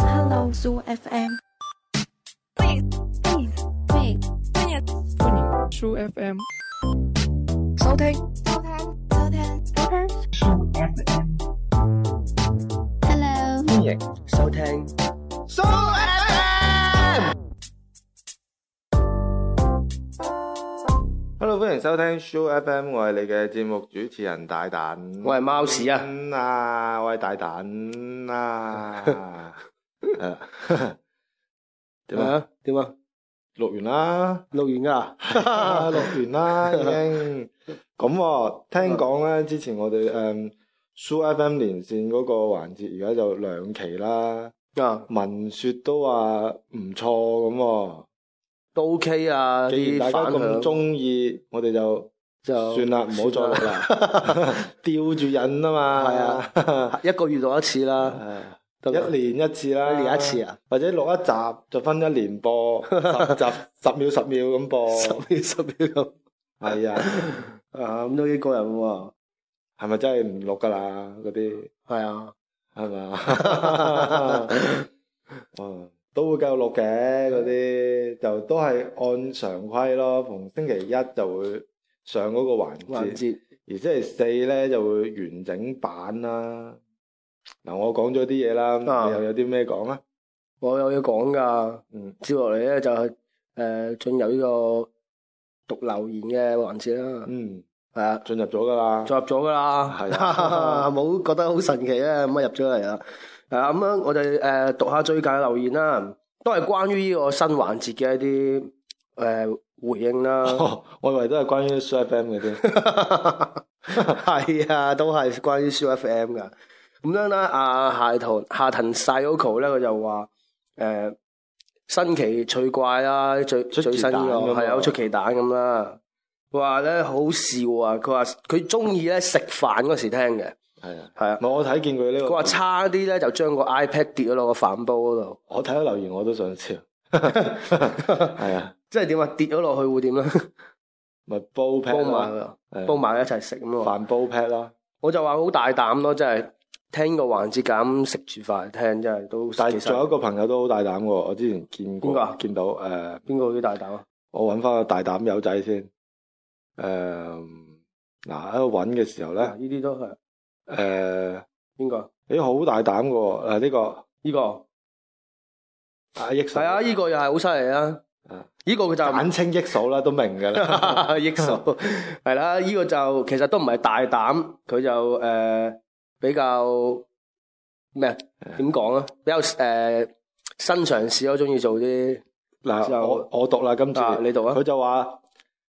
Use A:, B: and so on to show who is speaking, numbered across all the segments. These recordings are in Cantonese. A: 蘇 FM。
B: 歡迎歡迎
C: 歡迎 Soo FM
D: 收聽
B: 收聽收聽
E: 蘇 FM，
B: ，Hello，
E: 歡迎收聽蘇 FM。
F: Hello，歡迎收聽 Show FM，我係你嘅節目主持人大躉。
E: 我係貓屎啊，
F: 嗯啊，我 係大躉啊。誒點
E: 點
F: 啊？
E: 啊？點啊？
F: 錄完啦，啊
E: 錄完
F: 錄
E: 㗎？
F: 完啦，已經。咁喎，聽講咧，之前我哋誒 Show FM 連線嗰個環節，而家就兩期啦。
E: 啊，
F: 聞説都話唔錯咁喎。
E: 都 OK 啊，
F: 既
E: 啲
F: 然大家
E: 反響
F: 咁中意，我哋就
E: 就
F: 算啦，唔好再錄啦， 吊住癮啊嘛。
E: 係
F: 啊。
E: 一個月錄一次啦，得啦
F: 嗯一年一次啦，
E: 一年一次啊，
F: 或者錄一集就分一年播，十 集十秒十秒咁播，
E: 十秒十秒咁
F: 係啊，
E: 啊，咁都幾過癮喎，
F: 係咪真係唔錄噶啦？嗰啲
E: 係啊，
F: 係嘛？ 嗯，都會繼續錄嘅，嗰啲就都係按常規咯。逢星期一就會上嗰個環
E: 環
F: 節，
E: 節
F: 而星期四咧就會完整版啦。嗱，我講咗啲嘢啦，
E: 啊
F: 你又有啲咩講啊？
E: 我有嘢講㗎，
F: 嗯，
E: 接落嚟咧就係誒進入呢個讀留言嘅環節啦，
F: 嗯，
E: 係啊。
F: 進入咗噶 啦，
E: 就入咗噶啦，
F: 係 啊
E: 冇覺得好神奇啊，咁啊入咗嚟啦，係啊咁樣我哋誒、呃、讀下最近嘅留言啦，都係關於呢個新環節嘅一啲誒、呃回應啦，
F: 哦，我以為都係關於 Show FM 嘅啫。
E: 係啊，都係關於 Show FM 噶，咁樣啦，啊阿夏騰夏騰 Sayoko 咧，佢就話誒、呃新奇趣怪啦，最
F: 出
E: 最
F: 奇
E: 新呢個
F: 蛋咁啊
E: 係有出奇蛋咁啦，佢話咧好笑啊，佢話佢中意咧食飯嗰時聽嘅，
F: 係啊，
E: 係啊
F: 唔。係我睇見佢呢個，
E: 佢話差啲咧就將個 iPad 跌咗落個飯煲嗰度，
F: 我睇到留言我都 想笑，係啊，
E: 即係點啊？跌咗落去會點咧？
F: 咪煲 pad
E: 煲埋
F: 啦，
E: 佢，
F: 係啊
E: 煲埋佢一齊食咁咯。
F: 飯煲 pad 啦，
E: 我就話好大膽咯，真係聽個環節咁食住飯聽，真係都
F: 但
E: 其
F: 係
E: 實
F: 仲有一個朋友都好大膽喎，我之前見
E: 邊個
F: 過
E: 啊，
F: 見到誒，
E: 邊個幾大膽啊？
F: 我揾翻個大膽友仔先，誒，嗱喺度揾嘅時候呃咧
E: 嗱，呢啲都係
F: 誒，
E: 邊個？
F: 咦好大膽嘅喎，誒啊呢個
E: 呢個
F: 阿益嫂
E: 係啊，呢個又係好犀利啊！
F: 啊
E: 呢個佢就
F: 簡稱益嫂啦，都明㗎 啦，
E: 益 數係啦，呢個就其實都唔係大膽，佢就誒比較咩啊點講啊？比較誒新嘗試咯，中意做啲就
F: 嗱我我讀啦今次
E: 啊，。你讀啊
F: 佢，就話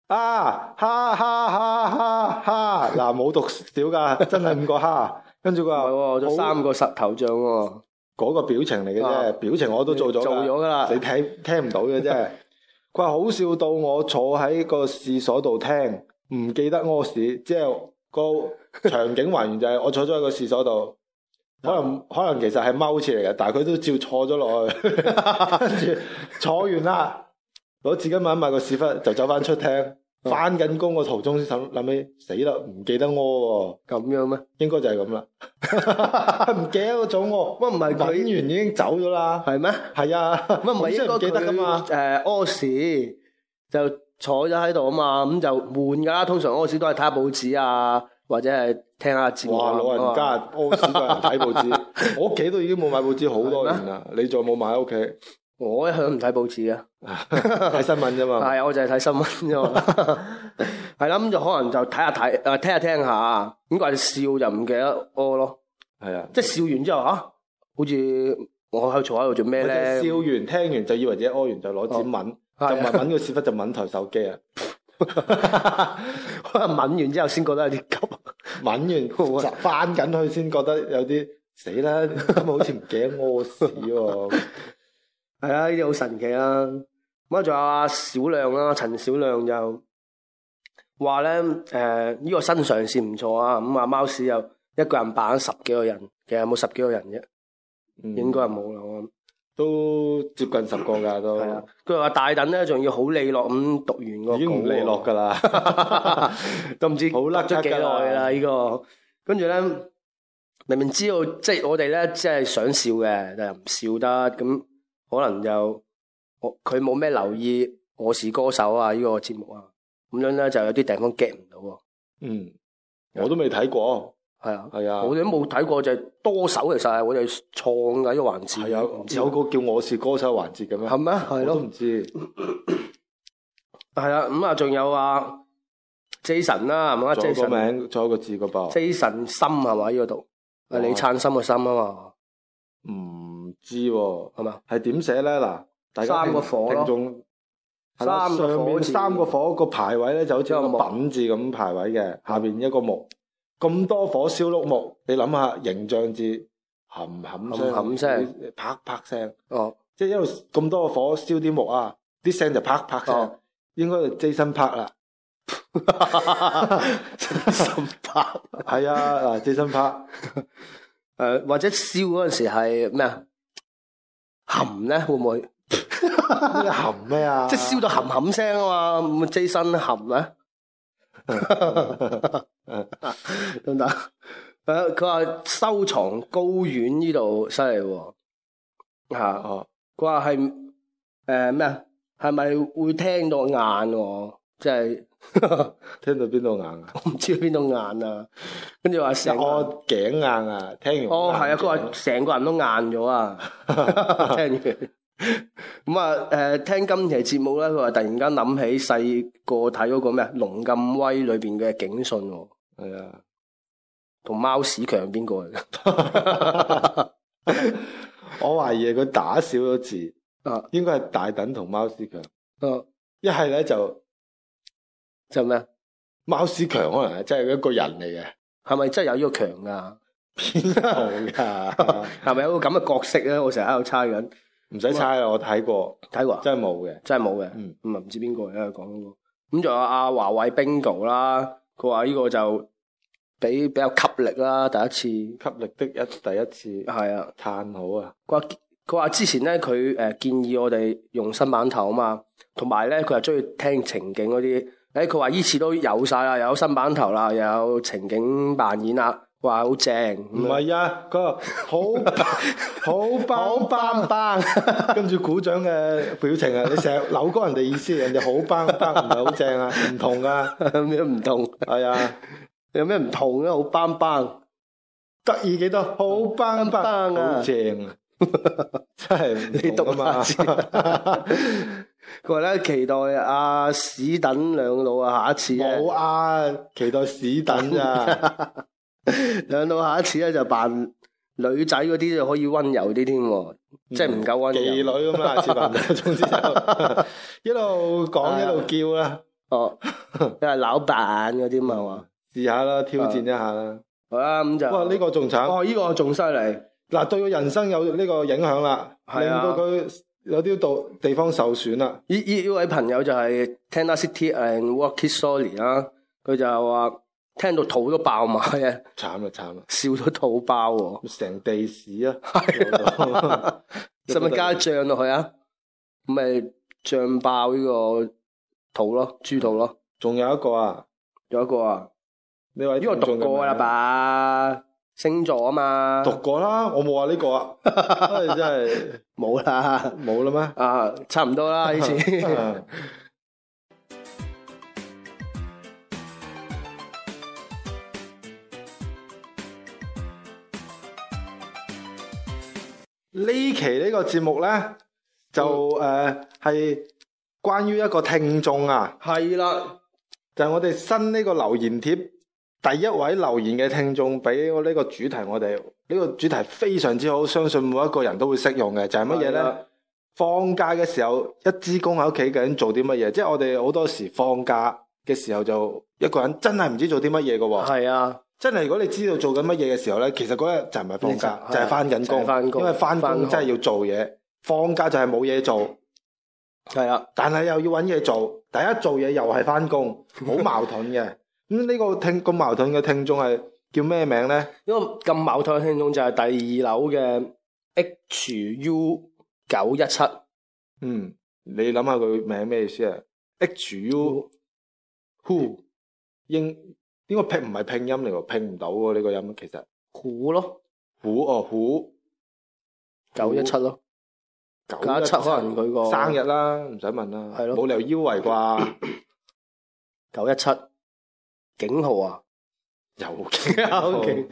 F: 啊，哈哈哈哈哈，嗱冇讀少噶，真係五個哈。跟住佢
E: 唔
F: 話
E: 係喎，
F: 啊好
E: 咗三個實頭像喎，
F: 嗰個表情嚟嘅
E: 啊
F: 啫，表情我都做咗㗎，
E: 做咗噶啦
F: 你，睇聽唔到嘅啫。佢話好笑到我坐喺個廁所度聽，唔記得屙屎，即係個場景還原就係我坐咗喺個廁所度。可能可能其實係踎廁嚟嘅，但係佢都照坐咗落去，跟住坐完啦，攞紙巾抹一抹個屎忽，就走翻出廳。翻緊工個途中先諗諗起，死啦，唔記得屙喎，
E: 咁樣咩？
F: 應該就係咁啦，唔記得個早屙，
E: 乜唔係
F: 揾完
E: 佢
F: 已經走咗啦。
E: 係咩？
F: 係啊，
E: 乜唔係應該
F: 我真係唔記得噶
E: 佢
F: 嘛？
E: 誒屙屎就坐咗喺度啊嘛，咁就悶噶啦。通常屙屎都係睇下報紙啊，或者係聽下節目
F: 哇！
E: 啊
F: 老人家屙屎都有人睇報 紙，我屋企都已經冇買報紙好多年啦。你仲有冇買喺屋企
E: 我一向唔睇報紙嘅。
F: 睇新聞啫嘛？
E: 係，我就係睇新聞啫嘛。係啦，咁就可能就睇下睇，誒聽下聽下，咁佢笑就唔記得屙咯。
F: 係啊，
E: 即係笑完之後吓、啊好似我喺度坐喺度做
F: 我
E: 咩
F: 就
E: 咧？哦
F: 笑完聽完就以為自己屙完就攞紙抿，就唔係
E: 係啊
F: 抿個屎忽就抿台手機 啊！
E: 可能抿完之後先覺得有啲急。
F: 抿
E: 啊
F: 完就翻緊去先覺得有啲死啦，今日好似唔記得屙 屎喎。
E: 係啦，呢啲好神奇啦。咁啊，仲有阿小亮啦，陳小亮就話咧，誒、呢、個新嘗試唔錯啊。咁啊，貓屎又一個人扮咗十幾個人，其實有冇十幾個人啫？
F: 嗯
E: 應該係冇啦，我諗。
F: 都接近十個㗎都，
E: 係啊，佢話大躉咧，仲要好利落咁讀完個稿喎，
F: 哦已經唔利落㗎啦。
E: 都唔知
F: 好甩咳㗎啦
E: 咗幾耐啦呢個。跟住咧，明明知道即係我哋咧，即係想笑嘅，但係唔笑得。咁可能就我佢冇咩留意《我是歌手》啊呢、個節目啊，咁樣咧就有啲地方 get 唔到喎。
F: 嗯，我都未睇過，
E: 係啊，
F: 係啊，
E: 我哋都冇睇過就係多手，其實係我哋創嘅一個環節。
F: 係有
E: 唔知
F: 有個叫我是歌手環節嘅咩
E: 係？咩？嗯係
F: 我
E: 咯
F: 都。唔知。
E: 系啦，咁啊，仲有啊 Jason 啦，系嘛
F: 仲有個
E: ？Jason
F: 名，仲有個字個噃，
E: Jason 心系嘛？呢個度
F: 哇
E: 啊，李燦心嘅心啊嘛，
F: 唔知喎，
E: 係嘛？
F: 係點寫咧？嗱，大家
E: 三個
F: 聽
E: 火咯
F: 聽眾係啦
E: 三個
F: 上面
E: 火字
F: 三個火個排位咧就好似
E: 一個
F: 個
E: 木
F: 品字咁排位
E: 嗯
F: 嘅，下邊一個木，咁多火燒碌木，你諗下形象字，冚冚聲，
E: 冚冚聲，
F: 啪啪聲。
E: 哦，
F: 即係一路咁多個火燒啲木啊，啲聲就啪啪聲，
E: 哦
F: 應該就 Jason Park 啦。
E: 心拍
F: 係啊，嗱 Jason Park
E: 诶，誒或者燒嗰阵时系咩啊？含咧會唔會？
F: 咩含咩啊？
E: 即係燒到含含聲啊嘛，咁 Jason 含咧得唔得？誒佢話收藏高院呢度犀利喎，嚇！
F: 哦，
E: 佢話係誒咩啊？係咪會聽到眼喎？即係 我
F: 聽到邊度硬 啊？
E: 唔知邊度眼啊！跟住話
F: 即係
E: 成個人
F: 我頸硬啊！聽完
E: 哦係啊！佢話
F: 硬
E: 成個人都硬咗啊！聽完咁啊誒，聽今期節目咧，佢話突然間諗起細個睇嗰個咩啊《龍咁威》裏邊嘅警訊喎，
F: 頸係啊，
E: 同貓屎強邊個嚟嘅？
F: 我懷疑係佢打少咗字，
E: 啊
F: 應該係大等同貓屎強，
E: 啊
F: 一係咧就
E: 就咩啊？
F: 貓屎強可能係真係一個人嚟嘅，
E: 係咪真係有呢個強啊？
F: 邊度噶？
E: 係咪有個咁嘅角色咧？我成日喺度猜緊，
F: 唔使猜啦，我睇過，
E: 睇過啊
F: 真係冇嘅。
E: 真係冇嘅，
F: 嗯
E: 咁啊唔知邊個咧講嗰個。咁仲有阿華為 Bingo 啦，佢話呢個就比比較吸力啦，第一次
F: 吸力的一第一次
E: 係啊。
F: 嘆好啊！
E: 佢話佢話之前咧，佢誒建議我哋用新版頭啊嘛，同埋咧佢係中意聽情景嗰啲。誒佢話依次都有晒啦，有新版頭啦，又有情景扮演啦，話好正。
F: 唔
E: 唔
F: 係啊，佢話 好好棒棒，
E: 班，
F: 跟住鼓掌嘅表情啊！你成日扭高人哋意思，人哋好棒棒唔係好正 啊，唔同噶，
E: 有咩唔同？
F: 係啊，
E: 有咩唔同咧？好班班。
F: 得意幾多？好棒棒
E: 棒啊
F: 好正啊！ 真係
E: 你
F: 唔
E: 讀
F: 同啊
E: 下
F: 嘛，
E: 先。 佢話咧期待阿史等兩老啊，下一次咧
F: 冇啊！期待屎等啊咋？
E: 兩老下一次咧就扮女仔嗰啲就可以温柔啲添喎，即係唔夠温
F: 妓女
E: 柔。
F: 咁啦，下 次扮到，總之就 一路講一路叫啦，
E: 哦，因為老闆嗰啲嘛
F: 嗯
E: 係嘛。
F: 試下啦，挑戰一下啦。
E: 好啦，咁就
F: 哇！呢個仲慘。
E: 哦呢個仲犀利，
F: 嗱，對佢人生有呢個影響啦，
E: 係啊
F: 令到佢有啲度地方受損啦。
E: 呢呢呢位朋友就係 t e n d e r City and w a l k i s o l y 啦，佢就話聽到肚都爆埋啊，
F: 慘啦慘啦，
E: 笑到肚爆喎，
F: 成地屎啊！
E: 啊 使唔使加醬落去啊？咁咪醬爆呢個肚咯，豬肚咯。
F: 仲有一個啊，
E: 仲有一個啊，
F: 呢位
E: 呢個
F: 聽眾
E: 讀
F: 嘅
E: 過啦
F: 名啊？
E: 吧？星座啊嘛，
F: 讀過啦，我冇話呢個啊， 唉真
E: 冇啦，
F: 係冇啦
E: 啊，差唔多啦，以 前
F: 咩啊？呢期呢個節目咧，就誒係關於一個聽眾啊。
E: 係啦，
F: 就係我哋新呢個留言貼第一位留言嘅聽眾俾我呢個主題我哋呢、個主題非常之好，相信每一個人都會適用嘅，就係乜嘢
E: 係
F: 呢
E: 啦？
F: 放假嘅時候，一支公喺屋企究竟做啲乜嘢？即係我哋好多時放假嘅時候就一個人真係唔知做啲乜嘢嘅喎。
E: 係啊，
F: 真係如果你知道做緊乜嘢嘅時候呢，其實嗰日就唔係放假，
E: 你就
F: 就係翻緊
E: 就係返
F: 工，
E: 工
F: 因為翻
E: 返
F: 工
E: 學
F: 真係要做嘢，放假就係冇嘢做。
E: 係啊啦，
F: 但係又要揾嘢做，第一做嘢又係翻 工，好矛盾嘅。咁呢個聽咁矛盾嘅聽眾係叫咩名呢？
E: 因為咁矛盾嘅聽眾就係第二樓嘅 HU 九一七，
F: 嗯，你諗下佢名咩意思啊？H U Who 應呢個拼唔係拼音嚟喎，拼唔到喎呢個音其實
E: 虎咯，
F: 虎哦虎
E: 九一七咯，
F: 九
E: 九一七可能佢個
F: 生日啦，唔使問啦，
E: 係咯
F: 冇理由腰圍 啩，
E: 九一七警號 啊，
F: 有嘅，
E: 有嘅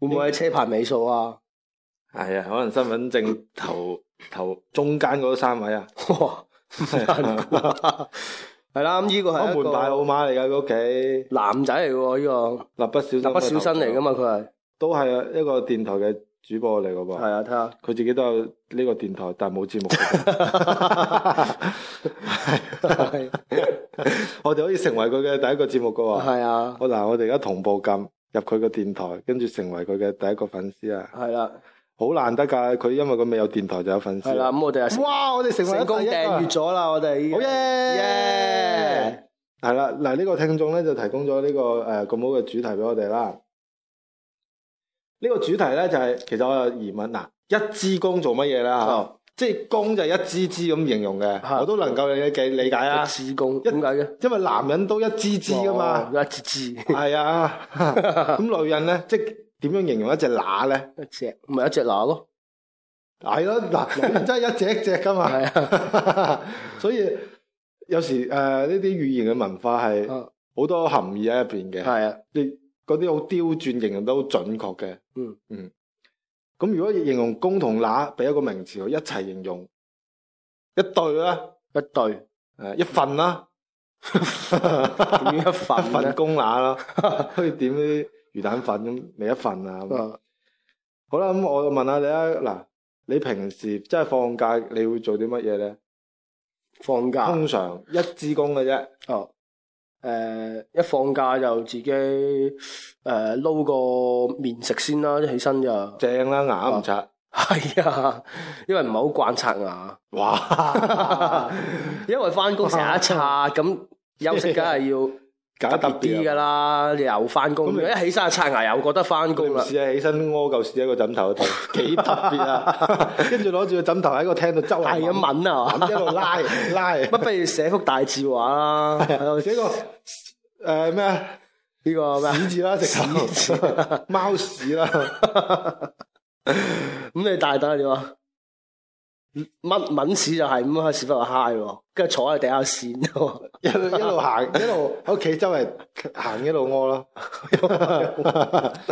E: 會唔會係車牌尾數啊？
F: 係啊，可能身份證頭頭中間嗰三位啊，
E: 哇，係 啦，咁呢個
F: 我
E: 係一
F: 門
E: 個
F: 牌號碼嚟㗎，佢屋企
E: 男仔嚟嘅喎，呢
F: 蠟筆小新，
E: 個蠟筆小新嚟噶
F: 嘛，
E: 嘛，佢係
F: 都係一個電台嘅主播嚟㗎噃，
E: 係啊，睇下
F: 佢自己都有呢個電台，但係冇節 目嘅。係 我哋可以成為佢嘅第一個節目噶喎。
E: 係啊，
F: 我嗱，我哋而家同步撳入佢個電台，跟住成為佢嘅第一個粉絲啊！
E: 係啦，
F: 好難得㗎，佢因為佢未有電台就有粉絲。啊
E: 係啦，咁我哋係
F: 哇！我哋成為
E: 成功
F: 咗第一個啊
E: 訂閱，咗啦，我哋
F: 好
E: 好耶
F: 耶！！係啦，嗱呢個聽眾咧就提供咗呢個誒咁好嘅主題俾我哋啦。呢個主題咧就係其實我有疑問嗱，一支公做乜嘢啦嚇？
E: 哦
F: 即係公就一支支咁形容
E: 嚇
F: 嘅，我都能夠理解理解啊
E: 一。支公點解嘅？
F: 因為男人都一支支噶嘛，
E: 哦，一支支，
F: 係啊。 咁女人咧，即係點樣形容一隻乸咧？
E: 一隻咪一隻乸咯，
F: 係咯，嗱，女人真係一隻一隻噶嘛。
E: 係啊，
F: 所以有時誒呃呢啲語言嘅文化係
E: 啊
F: 好多含義喺入邊嘅。
E: 係啊，
F: 你嗰啲好刁鑽形容得好準確嘅。
E: 嗯
F: 嗯。咁如果形容公同乸，俾一個名詞佢一齊形容，一對啦，
E: 一對
F: 誒一份啦，
E: 點一
F: 一
E: 份
F: 份
E: 咧？
F: 公乸啦，可以點啲魚蛋粉咁，你一份啊。咁
E: 啊
F: 好啦，咁我問下你啊，嗱，你平時真係放假，你會做啲乜嘢咧？
E: 放假
F: 通常一支公嘅啫，
E: 哦，誒一放假就自己誒撈個麵食先啦，一起身就
F: 正啦，牙唔刷，
E: 係啊，因為唔係好慣刷牙。
F: 哇，
E: 因為翻 工成日一刷，咁休息梗係
F: 搞
E: 要特
F: 得特
E: 別
F: 別啊
E: 啲啊
F: 㗎
E: 噶
F: 啦。
E: 啦，你又翻工，
F: 咁你
E: 一起身就刷牙又覺得翻
F: 你
E: 工
F: 唔
E: 啦，
F: 試下起身屙嚿屎喺個枕 頭度，幾特別啊！ 跟住攞住個枕頭喺個廳度周圍
E: 係咁
F: 揾，
E: 問啊嘛，
F: 一路拉拉，
E: 乜 不如寫幅大字畫啦，
F: 或者個誒咩啊
E: 呢個咩啊？
F: 屎字啦，直
E: 屎
F: 頭
E: 字
F: 貓屎啦，
E: 咁你大膽點啊？蚊蚊屎就係咁啊，屎忽度嗨喎，跟住坐喺地下跣喎。
F: 一路一 路行，一路喺屋企周圍行，一路屙啦。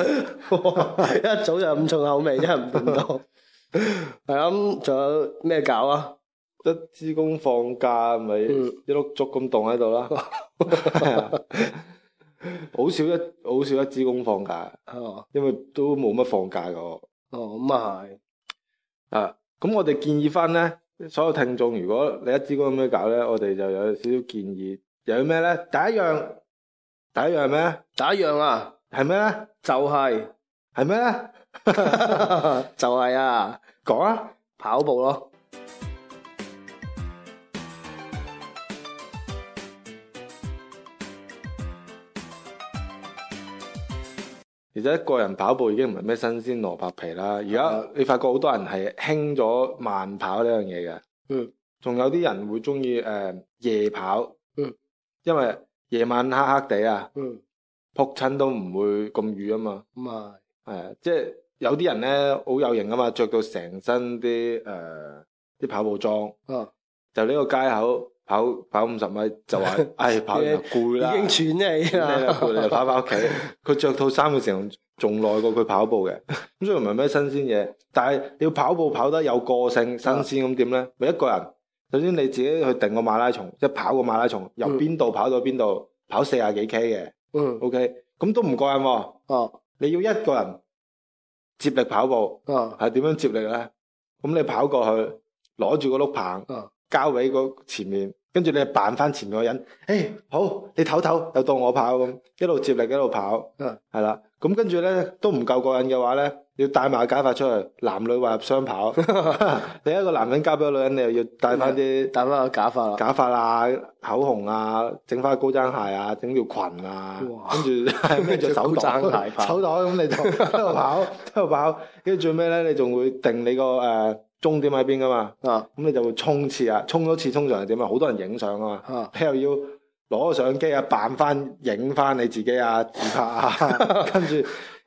E: 一早就咁重口味，真係唔掂到。係啊咁，仲有咩搞啊？
F: 得支公放假咪
E: 嗯
F: 一碌竹咁凍喺度啦， 好少一好少一支公放假，
E: 哦，
F: 因為都冇乜放假噶。
E: 哦，咁啊係，
F: 啊，咁我哋建議翻咧，所有聽眾，如果你一支公咁樣搞咧，我哋就有少少建議，又有咩咧？第一樣，第一樣係咩咧？
E: 第一樣啊，
F: 係咩咧？
E: 就係、
F: 係咩咧？
E: 就係啊，
F: 講啊！
E: 跑步咯。
F: 其實一個人跑步已經唔係咩新鮮蘿蔔皮啦。而
E: 啊
F: 家你發覺好多人係興咗慢跑呢樣嘢嘅。
E: 嗯。
F: 仲有啲人會中意誒夜跑。
E: 嗯。
F: 因為夜晚黑黑地啊，
E: 嗯，
F: 撲親都唔會咁瘀啊嘛。
E: 咁啊
F: 係啊，即係有啲人咧好有型啊嘛，着到成身啲誒啲跑步裝，
E: 係，啊
F: 就呢個街口跑跑五十米 就話，唉跑完就攰啦，
E: 已經啊喘氣
F: 咩啦
E: 啦，
F: 攰就跑翻 屋企。佢着套衫嘅時候仲耐過佢跑步嘅，咁所以唔係咩新鮮嘢。但係你要跑步跑得有個性、
E: 啊
F: 新鮮咁點咧？咪一個人，首先你自己去定個馬拉松，即係跑個馬拉松，由
E: 嗯
F: 邊度跑到邊度，跑四廿幾 K 嘅
E: 嗯，
F: ，OK，咁都唔過癮喎。
E: 哦，
F: 你要一個人接力跑步，
E: 哦，
F: 係點樣接力咧？咁你跑過去，攞住個碌棒
E: 嗯，
F: 交俾個前面，跟住你扮翻前面個人，誒、好，你唞唞，又當我跑咁，一路接力一路跑，
E: 嗯
F: 係啦、咁跟住咧都唔夠過癮嘅話咧，要帶埋個解法出去，男女混合 雙跑。你一個男人交俾個女人，你又要帶
E: 啊
F: 翻啲
E: 戴翻個假髮啦，
F: 假髮啊、口紅啊、整翻高踭鞋啊、整條裙啊，
E: 哇
F: 跟住孭咗手袋、
E: 高踭鞋跑
F: 手袋咁你就喺度跑， 喺度跑，跟住最尾咧，你仲會定你個誒、呃、終點喺邊噶嘛？
E: 啊
F: 咁你就會衝刺啊！衝咗次通常係點啊？好多人影相啊嘛，
E: 啊，
F: 你又要攞個相機啊，扮翻影翻你自己啊，自拍啊，跟住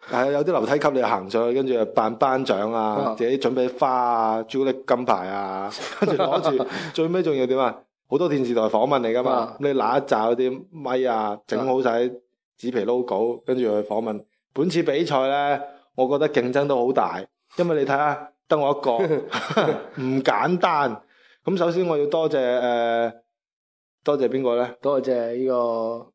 F: 係啊有啲樓梯級你行上去，跟住扮頒獎啊
E: 啊，
F: 自己準備花啊、朱古力金牌啊，跟住攞住最尾仲要點啊？好多電視台訪問你噶嘛
E: 啊，
F: 你拿一扎嗰啲咪啊，整好晒紙皮 logo，跟住去訪問。本次比賽咧，我覺得競爭都好大，因為你睇下得我 一個，唔簡單。咁首先我要多謝誒、呃多謝邊個咧？
E: 多謝呢個，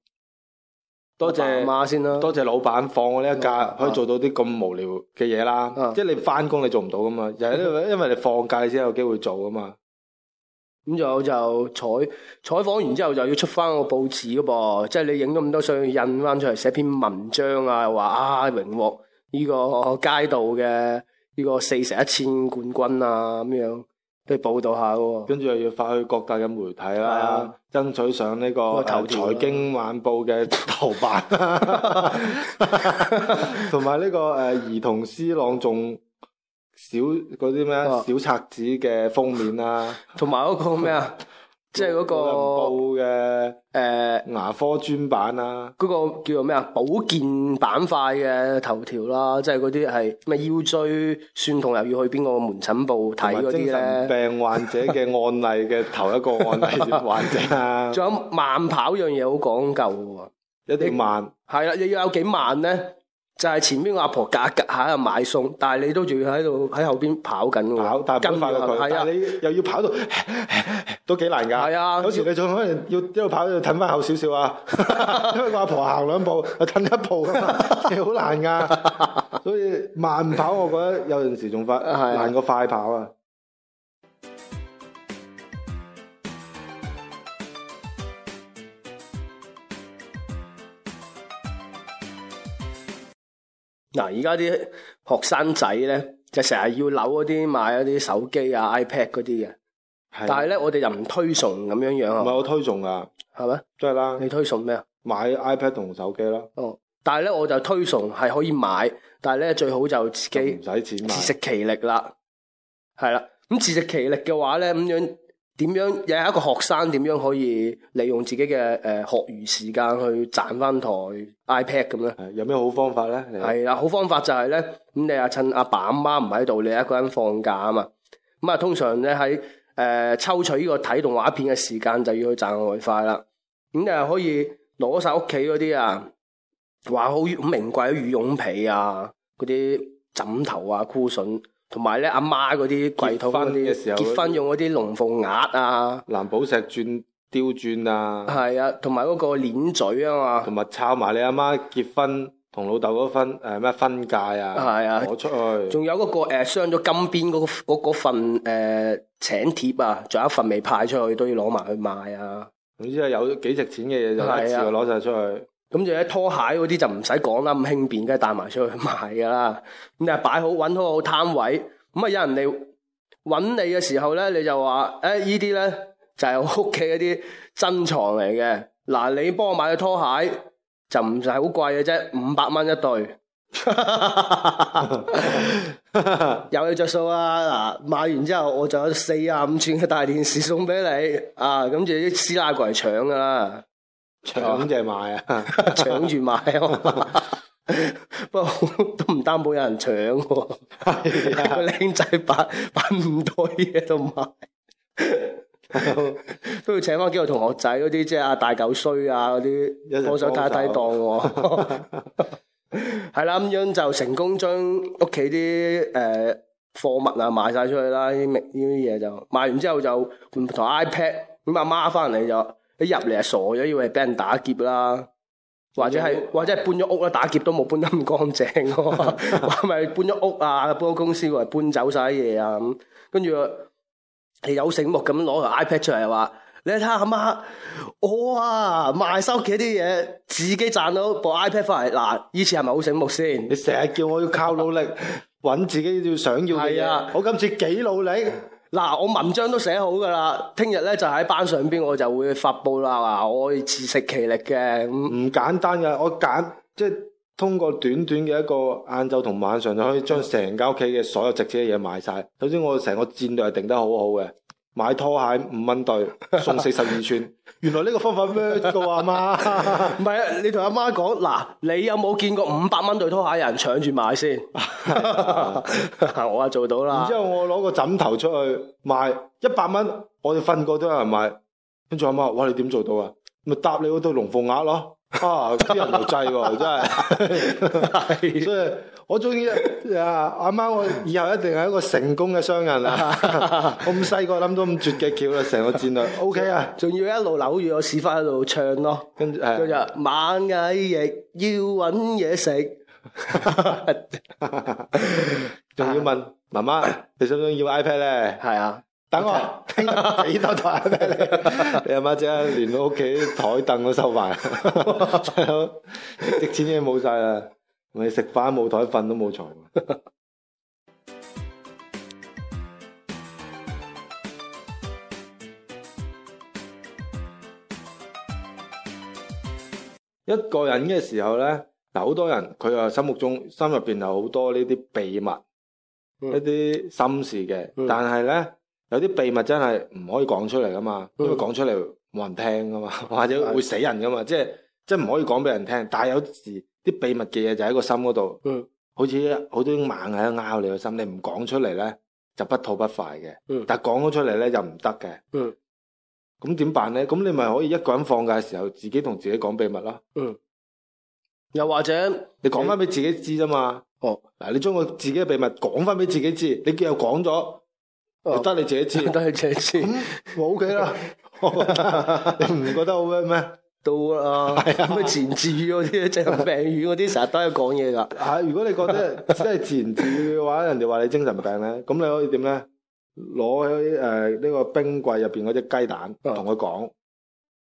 F: 多
E: 媽
F: 謝
E: 媽先啦，
F: 多謝老闆放我呢一假，
E: 啊
F: 可以做到啲咁無聊嘅嘢啦。
E: 啊
F: 即係你翻工你做唔到噶嘛，就係因為因為你放假你先有機會做噶嘛。
E: 咁仲有就採採訪完之後就要出翻個報紙噶噃，即係你影咗咁多相要印翻出嚟寫篇文章啊，又話啊榮獲呢個街道嘅呢個四成一千冠軍啊咁樣，都要報道下噶。
F: 跟住又要發去各大嘅媒體
E: 係
F: 啦
E: 啊，
F: 爭取上呢、個
E: 個
F: 誒
E: 頭條啊
F: 財經晚報嘅頭版， 同埋呢個誒兒童詩朗誦小嗰啲咩
E: 啊
F: 小冊子嘅封面啊啦，
E: 同埋嗰個咩啊，即係嗰個
F: 老人報嘅
E: 誒
F: 牙科專版啦。
E: 嗰個叫做咩啊保健板塊嘅頭條啦，即係嗰啲係咩腰椎酸痛又要去邊個門診部睇
F: 同
E: 嗰
F: 埋精
E: 啲
F: 神
E: 咧，
F: 病患者嘅案例嘅頭一個案例患者 啊，
E: 仲有慢跑樣嘢好講究嘅喎。
F: 一定慢，
E: 係啦，你要有幾慢咧？就係、前邊個阿婆夾夾下又買餸，但係你都仲要喺度喺後邊跑緊喎，
F: 跑，但係唔好快過佢，
E: 係
F: 但
E: 啊
F: 係，你又要跑到 都幾難㗎。
E: 係啊
F: 有時你仲可能要一路跑一路褪翻後少少 啊，因為個阿婆行兩步又褪一步㗎嘛， 係好難㗎。所以慢跑我覺得有陣時仲快
E: 係啊
F: 難過快跑啊。
E: 嗱而家啲學生仔咧就成日要扭嗰啲買嗰啲手機啊 iPad 嗰啲嘅，
F: 但
E: 但係咧我哋又唔推崇咁樣樣
F: 啊唔係
E: 啊，
F: 我推崇㗎，
E: 係咪？
F: 真係啦，
E: 你推崇咩啊？
F: 買 iPad 同手機啦，
E: 哦，但係咧我就推崇係可以買，但係咧最好就自
F: 就
E: 己
F: 唔使錢買
E: 自。食其力啦，係啦。咁自食其力嘅話咧，咁樣點樣又係一個學生點樣可以利用自己嘅誒、呃、學餘時間去賺翻台 iPad 咁咧？
F: 係有咩好方法咧？你
E: 係啦，啊好方法就係咧，咁你啊趁阿爸阿媽唔喺度，你一個人放假啊嘛。咁啊，通常咧喺誒抽取呢個睇動畫片嘅時間就要去賺外快啦。咁你又可以攞晒屋企嗰啲啊，話好名貴嘅羽絨被啊，嗰啲枕頭啊、箍筍，同埋咧阿媽嗰啲櫃桶嗰
F: 結婚嘅時
E: 啲
F: 候
E: 結婚用嗰啲龍鳳鈪啊，
F: 藍寶石鑽、雕鑽啊，
E: 係啊，同埋嗰個鏈嘴啊嘛。
F: 同埋抄埋你阿媽結婚同老豆嗰份誒咩婚戒啊，
E: 係啊
F: 攞出去
E: 仲有嗰、個誒傷咗金邊嗰、嗰嗰份誒、呃、請帖啊，仲有一份未派出去，都要攞埋去賣啊。
F: 總之係有幾值錢嘅嘢
E: 係
F: 就
E: 啊
F: 一次過攞晒出去。
E: 咁就啲拖鞋嗰啲就唔使講啦，咁輕便，梗係帶埋出去賣噶啦。咁你係擺好揾好個攤位，咁啊有人嚟揾你嘅時候咧，你就話誒呢啲咧就係我屋企嗰啲珍藏嚟嘅。嗱，你幫我買嘅拖鞋就唔係好貴嘅啫，五百蚊一對。有你着數啊！嗱，買完之後我就有四啊五寸嘅大電視送俾你啊！咁住啲師奶過嚟搶噶啦，
F: 搶就係買啊！
E: 搶住買啊！不過都唔擔保有人搶喎、個僆仔扮扮唔多嘢喺度買，啊都要請翻幾個同學仔嗰啲，即係阿大狗衰啊嗰
F: 一齊
E: 啲
F: 幫
E: 幫
F: 手
E: 手睇睇檔喎。係啦，咁樣就成功將屋企啲誒貨物啊賣晒出去啦，呢啲呢啲嘢就賣完之後就換台 iPad，咁阿媽翻嚟就一入嚟就啊傻咗，以為俾人打劫啦。或者係或者係搬咗屋啦，打劫都冇搬得咁乾淨喎，話咪搬咗屋啊，搬咗公司過嚟搬走晒啲嘢啊咁，跟住你有醒目咁啊攞個 iPad 出嚟話，你睇下阿媽，我啊賣收屋企啲嘢，自己賺到部 iPad 翻嚟，嗱，呢次係咪好醒目先
F: 你？成日叫我要靠努力揾自己要想要嘅
E: 係
F: 嘢
E: 啊，
F: 我今次幾努力，
E: 嗱，我文章都寫好噶啦，聽日咧就喺班上邊我就會發布啦，話我自食其力嘅咁。
F: 唔簡單嘅，我揀即係通過短短嘅一個晏晝同晚上就可以將成間屋企嘅所有值錢嘅嘢買晒。首先我成個戰略係定得好好嘅，買拖鞋五蚊對，送四十二寸。原來呢個方法咩㗎喎阿媽？
E: 唔係啊，你同阿媽講嗱，你有冇見過五百蚊對拖鞋有人搶住買先？ 我啊做到
F: 然
E: 啦
F: 之，後我攞個枕頭出去賣一百蚊，我哋瞓過都有人買。跟住阿媽話：，哇，你點做到啊？咪搭你嗰對龍鳳鈪咯。啊，啲人又制喎， 真係。所以我中意啊，阿媽，我以後一定係一個成功嘅商人啊！我咁細個諗到咁絕嘅橋啦，成個戰略 OK 啊。
E: 仲要一路扭住個屎忽喺度唱咯，
F: 跟住
E: 佢就
F: 誒，
E: 螞蟻亦要揾嘢食。
F: 仲要問媽媽，你想唔想要 iPad 咧？
E: 係啊，
F: 等我聽日俾多台 iPad 你，你阿媽即刻連到屋企台凳都收埋，值錢嘢冇晒啦，咪食飯冇台瞓都冇財。一個人嘅時候咧，嗱好多人佢又心目中心入邊有好多呢啲秘密，
E: 嗯
F: 一啲心事嘅，
E: 嗯
F: 但係咧。有啲秘密真係唔可以講出嚟噶嘛，
E: 嗯
F: 因為講出嚟冇人聽噶嘛， 或者會死人噶嘛，即係即係唔可以講俾人聽。但係有時啲秘密嘅嘢就喺個心嗰度，
E: 嗯
F: 好似好多啲猛喺度拗你個心，你唔講出嚟咧就不吐不快嘅，
E: 嗯
F: 但係講咗出嚟咧就唔得嘅。
E: 嗯
F: 咁點辦咧？咁你咪可以一個人放假嘅時候，自己同自己講秘密咯。
E: 又或 者
F: 你講翻俾自己知啫嘛。
E: 哦，
F: 嗱，你將個自己嘅秘密講翻俾自己知，你又講咗，
E: 哦
F: 就得你自己 知。
E: 得你自己知
F: 咁我 OK
E: 啊
F: 啦， 你唔覺得好咩咩？
E: 到啦，咩啊前置語嗰啲、精神病語嗰啲，成日都喺度講嘢㗎。
F: 啊，如果你覺 得即係自言自語嘅話，人哋話你精神病咧，咁你可以點咧？攞喺誒呢個冰櫃入邊嗰隻雞蛋，
E: 啊
F: 同佢講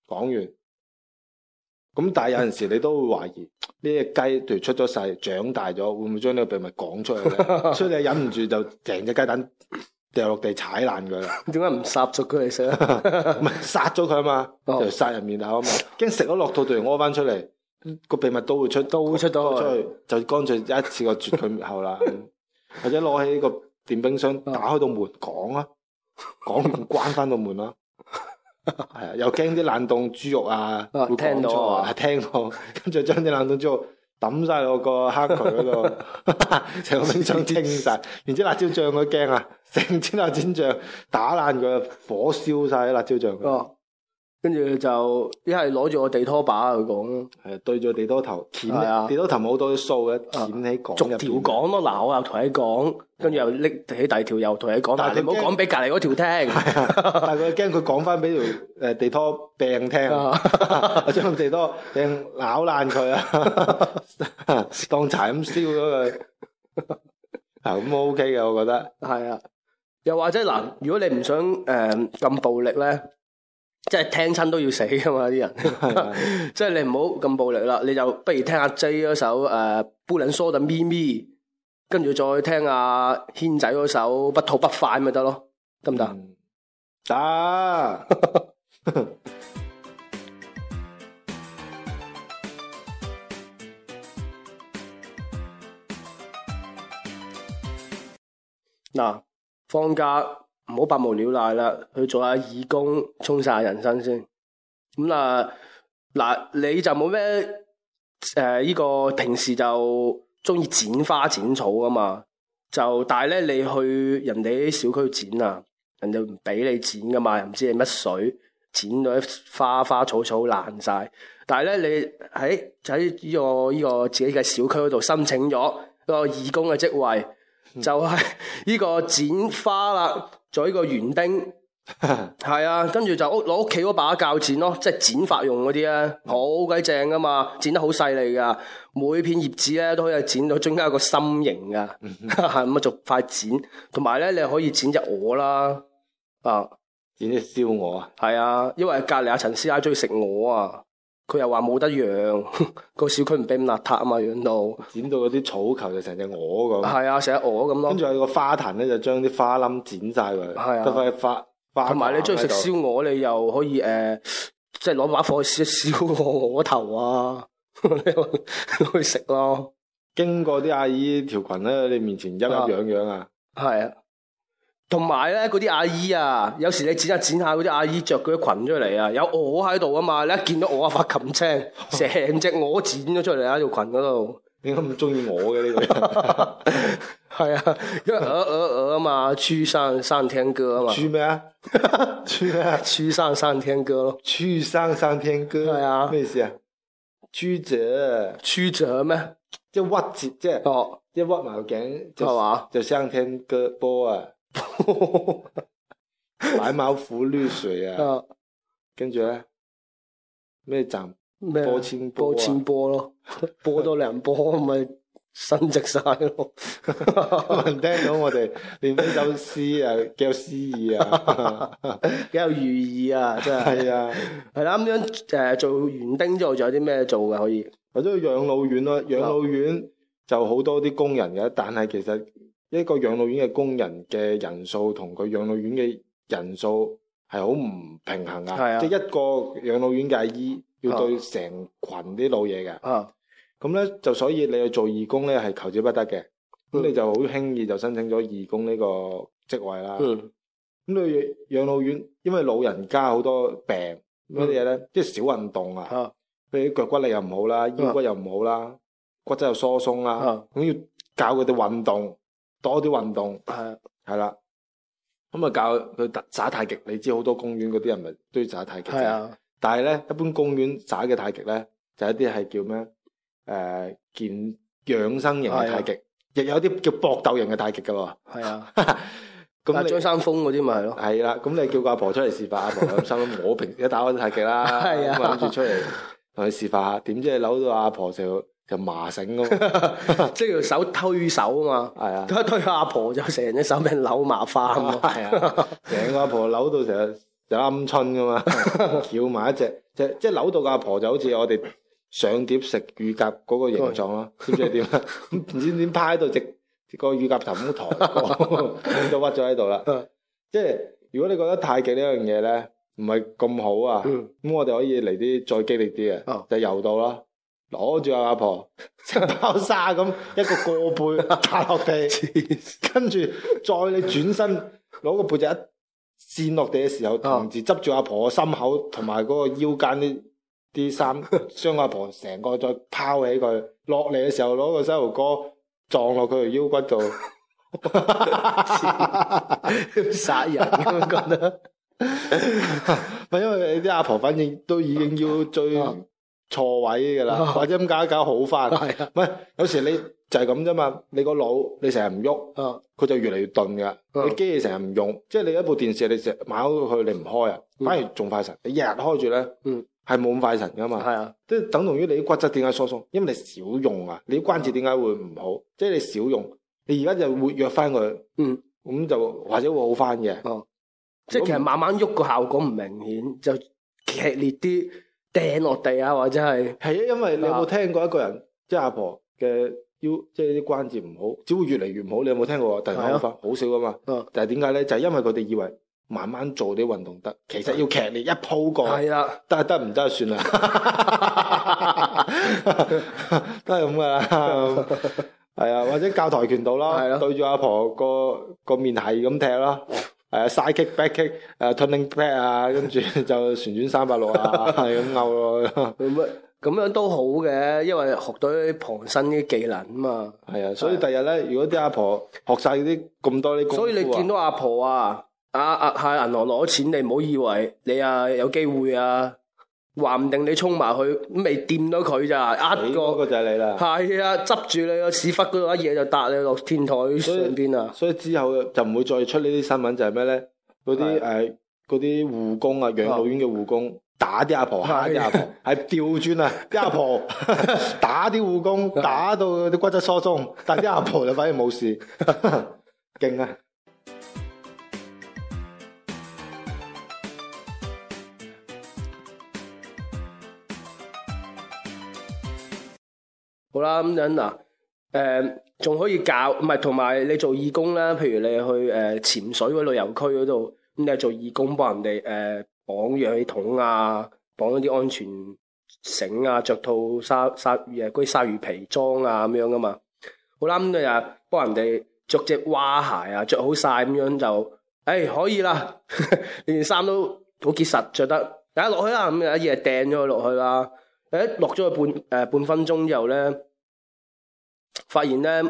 F: 講完。咁但係有陣時你都會懷疑呢只雞，譬如出咗世、長大咗，會唔會將呢個秘密講出去 咧？所以你忍唔住就成隻雞蛋掉落地踩爛 佢啦，
E: 點解唔殺咗佢嚟食啊？
F: 唔係殺咗佢啊嘛，
E: 哦
F: 就殺人面口啊嘛，驚食咗落肚突然屙翻出嚟，個秘密都會出
E: 都出到
F: 出
E: 去，
F: 去就乾脆一次過絕佢滅 後啦，或者攞起個電冰箱打開道門講啊，講完關翻道門 啦。係啊，又驚啲冷凍豬肉啊，
E: 啊
F: 會講
E: 聽到
F: 錯
E: 啊
F: 啊，聽到，跟住將啲冷凍豬肉抌晒落個黑渠嗰度， 成個冰箱清晒，連支辣椒醬佢驚啊，成支辣椒醬打爛佢，火燒晒啲辣椒醬，係、
E: 哦，跟住就一係攞住個地拖把去講咯，
F: 對住地多頭，掀
E: 係啊
F: 地多頭冇好多啲須嘅，掀起講
E: 逐
F: 入
E: 條
F: 邊
E: 講咯。嗱，我又同你講，跟住又拎起第二條又同你講，
F: 但
E: 但係
F: 係
E: 你唔
F: 佢
E: 好
F: 驚
E: 講俾隔離嗰 條聽。
F: 但係佢驚佢講翻俾條誒地拖病聽，
E: 啊
F: 我 將地拖病咬爛佢 啊，當柴咁燒咗佢。啊，咁 OK 嘅，我 覺得。
E: 係啊，又或者嗱，如果你唔想誒咁、暴力咧，即係聽親都要死噶嘛啲
F: 啊
E: 人，即係你唔好咁暴力啦，你就不如聽阿 J 嗰首誒《布蘭蘇特咪咪》，跟住再聽阿軒仔嗰首《不吐不快》咪得咯，得唔得？
F: 嗯打。
E: 嗱，放假唔好百無聊賴啦，去做下義工，充晒人生先。咁啊，嗱，你就冇咩誒呢個平時就中意剪花剪草啊嘛，就但係咧你去人哋啲小區剪啊，人哋唔俾你剪噶嘛，又唔知你乜水，剪到啲花花草草爛晒。但係咧你喺喺呢個呢、個自己嘅小區嗰度申請咗一個義工嘅職位。就係呢個剪花啦，做呢個園丁，係啊，跟住就屋攞屋企嗰把鉸剪咯，即係剪髮用嗰啲咧，好鬼正噶嘛，剪得好細利噶，每片葉子咧都可以剪到中間有個心形噶， 咁啊逐塊剪，同埋咧你可以剪只鵝啦，啊
F: 點知燒我啊？
E: 係啊，因為隔離阿陳師奶中意食鵝啊，佢又話冇得養，個小區唔俾咁邋遢啊嘛，養到
F: 剪到嗰啲草球就成隻鵝咁，
E: 係啊，成隻鵝咁咯
F: 跟。住有個花壇咧，就將啲花冧剪晒佢，
E: 係啊
F: 得塊花花。
E: 同埋你中意食燒，鵝，你又可以誒、呃即係攞把火去燒燒個鵝頭啊， 你去食咯。
F: 經過啲阿姨條裙咧，你面前一粒
E: 啊
F: 樣樣啊！
E: 係啊，同埋咧，嗰啲阿姨啊，有時你剪下剪下，嗰啲阿姨着嗰啲裙出嚟啊，有我喺度啊嘛，你一見到我啊發冚青，成隻我剪咗出嚟啊喺條裙嗰度，
F: 點解咁中意我嘅呢個人？
E: 係啊，因為呃呃呃啊嘛，出山山聽歌 啊嘛，
F: 豬咩啊？ 豬咩啊？
E: 出山山聽歌咯，
F: 豬生生聽歌
E: 係啊
F: 咩意思啊？豬者
E: 出咗咩？
F: 即係屈折，即係
E: 哦，
F: 一屈埋個頸就
E: 係嘛？
F: 就生聽歌波啊， 白毛苦綠水啊，
E: 啊
F: 跟住咧咩站
E: 咩？
F: 波千波
E: 波
F: 啊
E: 千波 咯，波多兩波咪伸直晒咯。
F: 有人 聽到我哋練呢首詩啊，幾有詩意啊！
E: 幾有寓意啊！ 真係
F: 係啊，
E: 係啦，咁樣誒、做園丁之後，仲有啲咩做嘅可以？
F: 或者去養老院
E: 啊
F: 咯，養老院就好多啲工人嘅，但係其實一個養老院嘅工人嘅人數同佢養老院嘅人數係好唔平衡
E: 係
F: 啊！
E: 啊
F: 即係一個養老院嘅阿姨要對成群啲老嘢嘅，
E: 啊，
F: 咁咧就所以你去做義工咧係求之不得嘅，咁
E: 嗯
F: 你就好輕易就申請咗義工呢個職位啦。
E: 嗯，
F: 咁你養老院，因為老人家好多病
E: 嗯
F: 乜嘢咧，即係少運動啊，
E: 啊
F: 譬如腳骨力又唔好啦，腰骨又唔好啦，骨質又疏鬆啦，
E: 啊，
F: 咁要教佢哋運動，多啲運動
E: 係
F: 係啦。咁啊教佢打耍太極，你知好多公園嗰啲人咪都要耍太極嘅
E: 係，啊，
F: 但係咧一般公園耍嘅太極咧，就一啲係叫咩誒健養生型嘅
E: 啊
F: 太極，亦有啲叫搏鬥型嘅太極噶喎。
E: 係啊，
F: 咁
E: 啊
F: 你
E: 張三豐嗰啲咪係咯，
F: 係啦，咁你叫個阿婆出嚟示範， 阿婆有心諗我平時一打開都太極啦，
E: 係啊
F: 咁諗住出嚟同佢示範下，點知你扭到阿婆就就麻繩咁，
E: 即係條手推手啊
F: 係啊
E: 嘛，，推推阿婆就成隻手俾人扭麻花 咁啊，
F: 係啊，成個阿婆扭到成日就鵪鶉 噶嘛，翹埋一隻，即即係扭到個阿婆就好似我哋上碟食乳鴿嗰個形狀 啦，知唔知係點啊？唔知點趴喺度直個乳鴿頭咁抬過， 咁就屈咗喺度啦
E: 嗯。
F: 即係如果你覺得太極呢樣嘢咧唔係咁好啊。
E: 嗯，
F: 咁我哋可以嚟啲再激烈啲嘅，
E: 哦
F: 就游到啦，攞住阿阿婆 成包沙咁一個過背打落地，跟住再你轉身攞個背脊一跣落地嘅時候，同時執住阿婆個心口同埋嗰個腰間啲啲衫，將阿婆成個再拋起佢，落嚟嘅時候攞個細路哥撞落佢條腰骨度。
E: 殺人咁樣覺得，
F: 唔係因為你啲阿婆，反正都已經要追
E: 啊
F: 錯位噶啦，
E: 啊
F: 或者咁搞一搞好 翻。
E: 係啊，
F: 唔係有時你就係咁啫嘛，你個腦你成日唔喐，
E: 啊，
F: 佢就越嚟越鈍噶。
E: 嗯
F: 你機器成日唔用，即係你一部電視你成日買咗佢你唔開啊，
E: 嗯
F: 反而仲快神。你日日開住咧，
E: 嗯
F: 係冇咁快神噶嘛。
E: 係啊，
F: 即係等同於你啲骨質點解疏鬆，因為你少用啊，你啲關節點解會唔好？即係你少用，你而家就活躍翻佢，
E: 嗯，
F: 咁就或者會好翻嘅。
E: 即係其實慢慢喐個效果唔明顯，就劇烈啲掟落地啊，或者係
F: 係啊，因為你有冇
E: 啊
F: 聽過一個人即係阿婆嘅腰，即係啲關節唔好，只會越嚟越唔好。你有冇聽過？突然
E: 啊
F: 間好翻，好少噶嘛。
E: 嗯
F: 但係點解咧？就係、因為佢哋以為慢慢做啲運動得，其實要劇烈一鋪過，
E: 係啦，
F: 得得唔得就算啦， 都係咁噶啦。 係啊，或者教跆拳道
E: 係咯
F: 啦，對住阿婆個個面係咁踢啦。係啊，side kick、back kick、誒 turning back 啊，跟住就旋轉三百六啊，係咁勾咯。
E: 咁樣咁樣都好嘅，因為學到啲旁身啲技能啊嘛。
F: 系啊，所以第日咧，如果啲阿婆學晒啲咁多啲功夫啊，
E: 所以你見到阿婆啊，啊啊喺銀行攞錢，你唔好以為你啊有機會啊，話唔定你衝埋去未掂到佢咋，呃
F: 你哎嗰
E: 個
F: 個就係你啦，
E: 係啊，執住你個屎忽嗰度一嘢就搭你落天台上邊啊，
F: 所以之後就唔會再出呢啲新聞，就係咩咧？嗰啲
E: 係
F: 诶嗰啲護工啊，養老院嘅護工打啲阿婆，
E: 係
F: 嚇啲 阿婆，係調轉啊，啲阿婆打啲護工，打到啲骨質疏鬆，但啲阿婆就反而冇事， 勁啊！
E: 好啦咁樣嗱，誒仲可以教，唔係同埋你做義工啦，譬如你去誒潛水嗰旅遊區嗰度，咁你係做義工幫人哋誒綁氧氣筒啊，綁一啲安全繩啊，着套鯊鯊魚誒嗰啲鯊魚皮裝啊咁樣噶嘛。好啦，咁你啊幫人哋着只蛙鞋啊，着好晒咁樣就诶、可以啦， 你件衫都好結實，着得，大家落去啦，咁有一嘢掟咗佢落去啦，誒落咗佢半诶、半分鐘之後咧，發現咧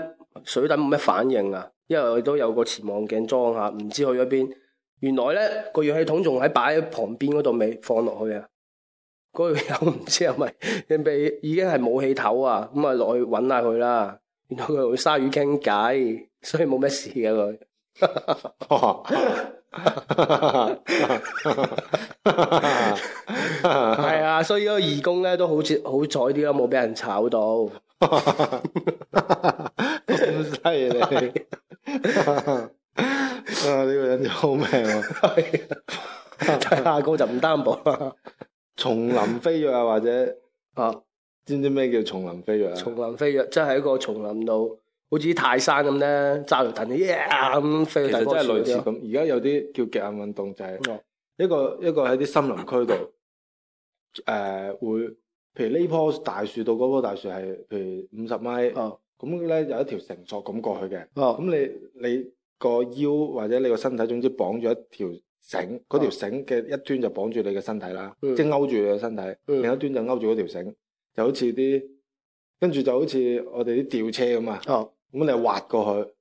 E: 水底冇咩反應啊，因為我都有個潛望鏡裝下，唔知去咗邊。原來咧個氧氣筒仲喺擺喺旁邊嗰度未放落去啊！嗰條友唔知係咪 被已經係冇氣頭啊，咁啊落去揾下佢啦。原來佢同鯊魚傾偈，所以冇咩事嘅佢。係啊，所以嗰個義工咧都好似好彩啲咯，冇俾人炒到。
F: 咁犀利！啊，呢個人真係好命喎！
E: 係啊但係下個就唔擔保啦。
F: 叢林飛躍啊，或者
E: 啊，
F: 知唔知咩叫叢林飛躍啊？
E: 叢林飛躍，真係喺個叢林度，好似泰山咁咧，揸條藤呀咁飛
F: 其
E: 去大
F: 實真
E: 棵
F: 係
E: 樹
F: 類似
E: 嗰啲
F: 咁，而家有啲叫極限運動就係、
E: 咯。
F: 一個一個喺啲森林區度，誒、會，譬如呢棵大樹到嗰棵大樹係譬如五十米，
E: 哦
F: 咁咧、有一條繩索咁過去嘅，
E: 哦
F: 咁你你個腰或者你個身體，總之綁住一條繩，嗰條繩嘅一端就綁住你嘅身體啦，
E: 啊嗯
F: 即係勾住你嘅身體，
E: 嗯
F: 另一端就勾住嗰條繩，就好似啲跟住就好似我哋啲吊車咁啊，
E: 哦，
F: 咁你滑過去，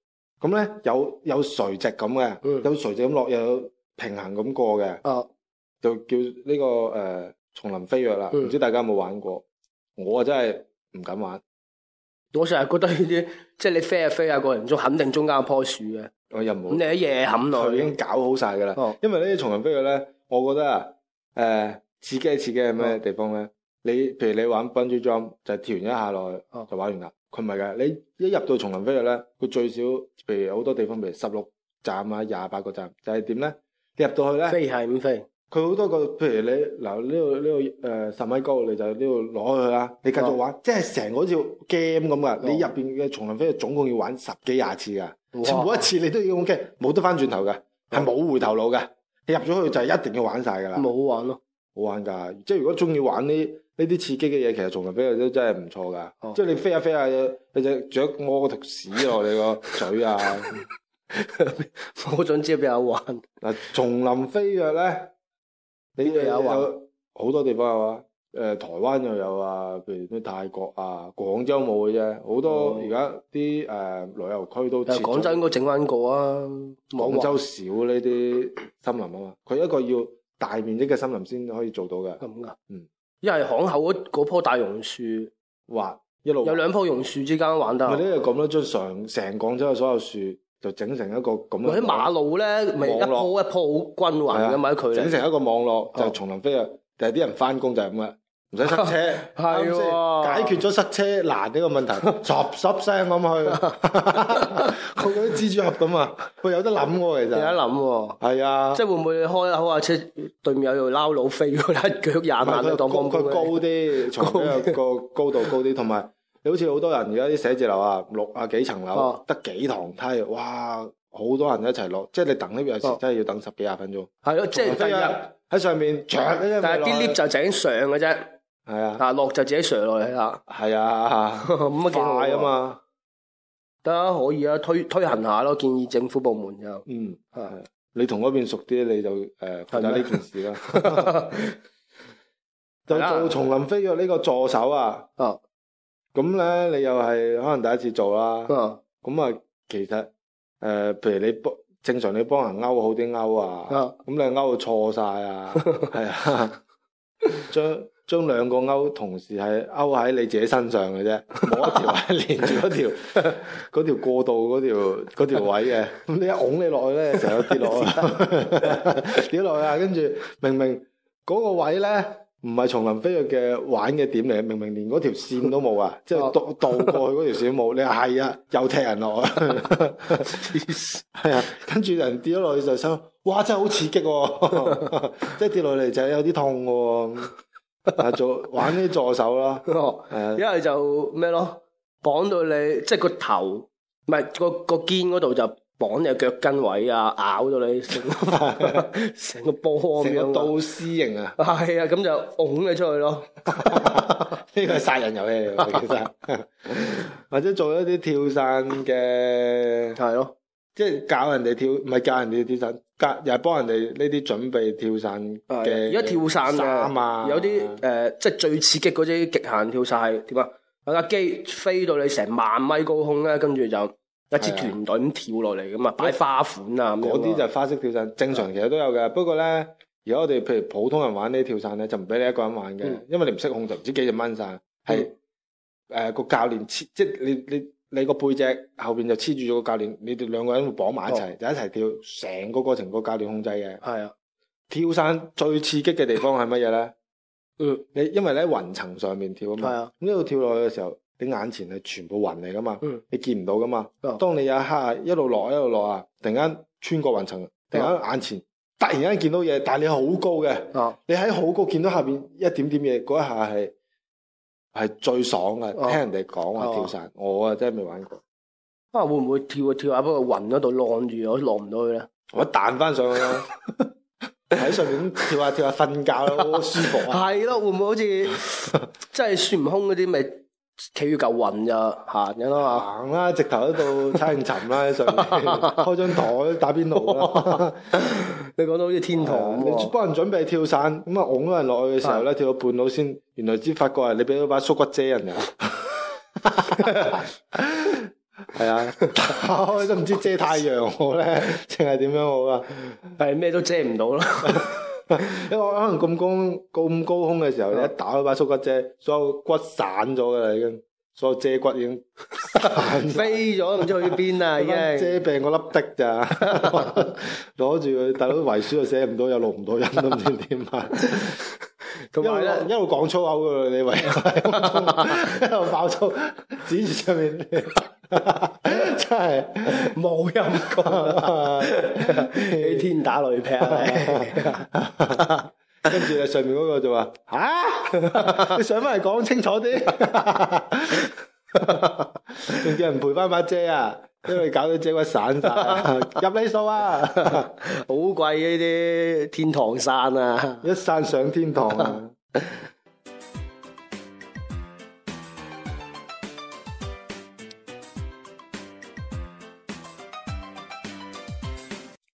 F: 咁咧有有垂直咁嘅，
E: 嗯
F: 有垂直咁落，又有平衡咁過嘅。
E: 哦，
F: 就叫呢、個誒、呃、叢林飛躍啦。唔、
E: 嗯
F: 知大家有冇玩過？我啊真係唔敢玩，
E: 我成日覺得呢啲，即係你飛啊飛啊，過程中肯定中間有棵樹嘅，
F: 我又
E: 咁
F: 冇。
E: 你喺夜冚落
F: 佢已
E: 去
F: 經，搞好晒㗎啦。
E: 哦
F: 因為呢啲叢林飛躍咧，我覺得啊，誒、刺激刺激係咩地方咧？你譬如你玩 bungee jump 就跳完一下落去、
E: 哦
F: 就玩完啦。佢唔係㗎，你一入到叢林飛躍咧，佢最少譬如好多地方譬如十六站啊、廿八個站，就係點咧？你入到去咧。
E: 飛係咁飛。
F: 佢好多個，譬如你嗱呢度呢度誒十米高，你就呢度攞佢啦。你繼續玩，即係成個好似 game 咁噶。你入邊嘅叢林飛總共要玩十幾廿次噶，
E: 哇
F: 每一次你都要 OK，冇得翻轉頭噶，係冇回頭路噶。你入咗去就一定要玩晒噶啦，
E: 冇
F: 好
E: 玩咯，
F: 玩㗎。即係如果中意玩呢呢啲刺激嘅嘢，其實叢林飛都真係唔錯噶。
E: 哦
F: 即係你飛下飛下，有隻雀屙個屎落你個 嘴啊！
E: 我想知邊有玩。
F: 嗱，叢林飛躍咧，你
E: 邊度有啊
F: 有好多地方有啊。誒、台灣又有啊，譬如咩泰國啊、廣州冇嘅啫，好多
E: 哦
F: 而家啲誒旅遊區都
E: 但
F: 設
E: 係廣
F: 咗
E: 州應該整翻個啊，網
F: 廣州少呢啲森林啊嘛，佢一個要大面積嘅森林先可以做到嘅，
E: 咁噶。
F: 嗯，
E: 一係巷口嗰嗰棵大榕樹，
F: 畫一路
E: 有兩棵榕樹之間玩得啊。
F: 咪呢就咁啦，將成成廣州嘅所有樹就整成一個咁
E: 或者
F: 樣
E: 馬路咧，咪一
F: 網絡
E: 棵一棵好均
F: 係
E: 勻
F: 啊
E: 嘅嘛距
F: 整
E: 離。
F: 成一個網
E: 哦
F: 絡，就係叢林飛啊！但係啲人翻工就係咁啦，唔使塞 車，
E: 係
F: 啱先
E: 喎
F: 解決咗塞車難呢個問題， 唰唰聲咁去，佢嗰啲蜘蛛俠咁啊，佢有得諗喎，其
E: 你有得
F: 實
E: 諗喎，
F: 係啊，
E: 即係會唔會開口啊車對面有條撈佬飛過嚟，一腳
F: 唔
E: 廿
F: 係
E: 萬都
F: 佢高
E: 當幫
F: 佢高
E: 高
F: 啲，叢林飛個高度高啲，同埋你好似好多人而家啲寫字樓啊，六啊幾層樓
E: 哦，
F: 得幾堂梯，哇！好多人一齊落，即係你等 lift 有時
E: 哦
F: 真係要等十幾廿分鐘。
E: 係咯，即係第
F: 飛
E: 日，
F: 啊喺上面，但
E: 但係啲 lift 就自己上嘅啫，
F: 係啊。
E: 啊落就自己上落嚟啦。
F: 系啊，
E: 咁啊幾好
F: 快啊嘛，
E: 得啊可以啊，推推行下咯，建議政府部門就。
F: 嗯，
E: 啊
F: 你同嗰邊熟啲，你就诶
E: 係
F: 負責
E: 咩
F: 呢件事 啦。就
E: 係啦
F: 做叢林飛躍呢個助手啊，
E: 哦，
F: 咁咧你又係可能第一次做啦，
E: 哦，
F: 咁啊其實诶、誒譬如你幫正常你幫人勾好啲勾啊，
E: 哦，
F: 咁你勾到錯晒啊，係啊，將將兩個勾同時係勾喺你自己身上嘅啫，冇一條係連住嗰條嗰條過渡嗰條嗰條位嘅，咁你一拱你落去咧，成日跌落去，跌落去啊！跟住明明嗰個位咧唔係叢林飛躍嘅玩嘅點嚟，明明連嗰條線都冇啊，即係渡渡過去嗰條線都冇，你話係啊，又踢人落去，係啊，跟住人跌咗落去就想，哇！真係好刺 激喎，即係跌落嚟就有啲痛嘅喎，啊做玩啲助手啦，
E: 哦，
F: 係啊
E: 一係就咩咯，綁到你即係個頭，唔係個個肩嗰度就綁你腳跟位啊，咬到你成成個 波咁
F: 成個
E: 樣
F: 導
E: 啊。
F: 師 型啊！
E: 係啊，咁就拱你出去咯。
F: 呢個係殺人遊戲嚟喎，其實或者做一啲跳傘嘅，
E: 係咯，
F: 即係教人哋跳，唔係教人哋跳傘，隔又係幫人哋呢啲準備跳傘嘅。
E: 啊而家跳傘
F: 衫啊，
E: 嘅，有啲誒即係最刺激嗰啲極限跳傘係點啊？有架機飛到你成萬米高空咧，跟住就一支團隊咁跳落嚟噶嘛，擺花款啊咁樣啊
F: 啊嗰啲就花式跳傘，正常其實都有嘅。不過咧，而家我哋譬如普通人玩呢啲跳傘咧，就唔俾你一個人玩嘅，
E: 嗯
F: 因為你唔識控制，唔知幾隻蚊散，係誒個教練黐，即係你你你個背脊後邊就黐住咗個教練，你哋兩個人會綁埋一
E: 哦
F: 齊，就一齊跳，成個過程個教練控制嘅。
E: 係啊，
F: 跳傘最刺激嘅地方係乜嘢咧？
E: 嗯
F: 你因為咧雲層上面跳啊
E: 係
F: 嘛，
E: 啊，
F: 咁一路跳落去嘅時候，你眼前係全部雲嚟噶嘛，
E: 嗯
F: 你見唔到噶嘛。
E: 哦
F: 當你有一刻啊一路落一路落啊，突然間穿過雲層，
E: 哦
F: 突然間眼前突然間見到嘢，但係你好高嘅，
E: 啊
F: 你喺好高見到下邊一點點嘢，嗰一下係係最爽嘅。
E: 哦
F: 聽人哋講話
E: 哦
F: 跳傘，我啊真係未玩過，
E: 啊會唔會跳啊跳下，不過雲嗰度晾住咗，落唔到去咧？
F: 我一彈翻上 去啦，喺上面咁跳下跳下瞓覺咯，好舒服 啊！
E: 係咯，會唔會好 似即係孫悟空嗰啲咪企住嚿雲就行緊咯 嘛？
F: 行啦，直頭喺度踩人沉啦，喺 上面開張台打邊爐啦。
E: 你講到好似天堂
F: 係啊
E: 咁
F: 你
E: 喎，
F: 幫人準備跳傘，咁啊拱咗人落去嘅時候咧，跳到半路先，原來只發覺係你俾咗把縮骨遮人啊！係 啊，打開都唔知遮太陽好咧，定係點樣好啊？
E: 係咩都遮唔到 咯。
F: 因為我可能咁高咁高空嘅時候，你一打開把縮骨遮，所有骨散咗噶啦，已經，所有遮骨已經散晒
E: 飛咗唔知去邊啊，已
F: 嗰粒
E: 經
F: 遮病嗰粒的咋， 攞住佢大佬遺書又寫唔到，又錄唔到音都唔知點啊！
E: 同埋咧
F: 一路一路講粗口噶啦，你唯有喺一路爆粗，指住上面， 真係
E: 冇啊陰
F: 講
E: 起天打雷 劈啊！
F: 跟住上面嗰個就 話：吓、
E: 啊
F: 你上翻嚟講清楚啲， 仲叫人賠翻把遮啊！因為搞到遮骨散晒， 入你數啊！
E: 好貴嘅呢啲天堂山啊！
F: 一散上天堂啊！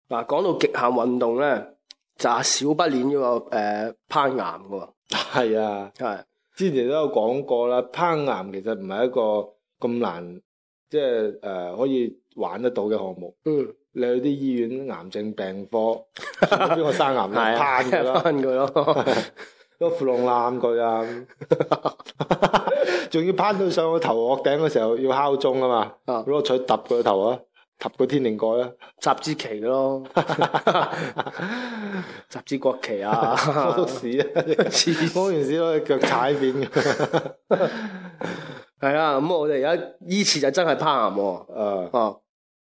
E: 嗱，講到極限運動咧，就係少不免呢個誒攀岩嘅喎，
F: 係啊。
E: 係
F: 之前都有講過啦，攀岩其實唔係一個咁難，即係誒、呃可以玩得到嘅項目。
E: 嗯
F: 你去啲醫院癌症病科，邊個生癌
E: 係
F: 咧
E: 啊
F: 攀㗎啦，
E: 攀佢咯，
F: 個褲浪攬佢啊， 仲要攀到上個頭殼頂嘅時候要敲鐘啊嘛，
E: 啊
F: 攞個錘揼佢個頭啊，揼個天靈蓋啊，
E: 習之旗 咯，習之國旗 啊，
F: 屙到屎啊，
E: 黐線
F: 屙完屎攞只腳踩扁嘅，
E: 係啊，咁我哋而家依次就真係攀岩喎，
F: 誒，
E: 啊，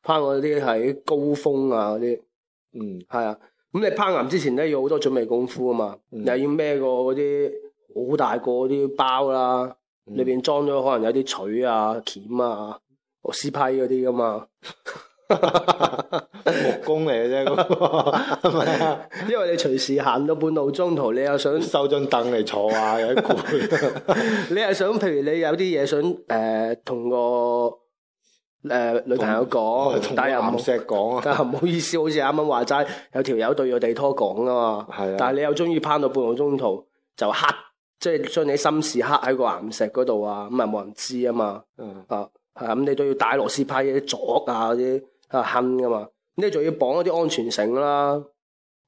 E: 攀嗰啲係高峰啊嗰啲。
F: 嗯，
E: 係啊，咁你攀岩之前咧要好多準備功夫啊嘛，
F: 嗯
E: 又要孭個嗰啲好大個嗰啲包啦，
F: 嗯
E: 裏邊裝咗可能有啲錘啊、鉗啊、螺絲批嗰啲噶嘛，
F: 木工嚟嘅啫，嗰個 係咪啊？
E: 因為你隨時行到半路中途，你又想，
F: 收張凳嚟坐下，有啲 攰。
E: 你又想，譬如你有啲嘢想誒同、個誒、女朋友
F: 我
E: 講
F: 哦同，
E: 但係又唔
F: 岩石講啊，
E: 但係唔好意思，好似啱啱話齋，有條友對個地拖講啊嘛。
F: 係啊
E: 但係你又中意攀到半路中途就黑，即係將你心事黑喺個岩石嗰度啊，咁啊冇人知啊嘛。
F: 嗯
E: 啊，係啊咁你都要帶螺絲批啲鑿啊嗰啲啊坑噶嘛。咁你仲要綁一啲安全繩啦，